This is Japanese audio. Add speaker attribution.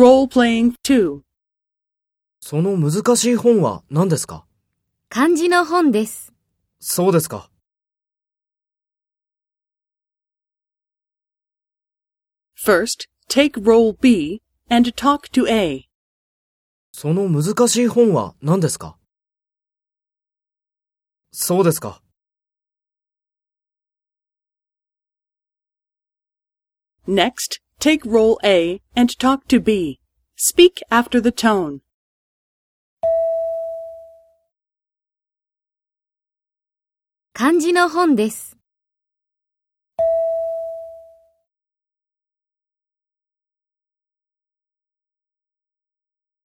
Speaker 1: Role-playing 2.
Speaker 2: その難しい本は何ですか
Speaker 3: 漢字の本です。
Speaker 2: そうですか。
Speaker 1: First, take role B and talk to A.
Speaker 2: その難しい本は何ですかそうですか。
Speaker 1: Next, take role A and talk to B. Speak after the tone.
Speaker 3: 漢字の本です。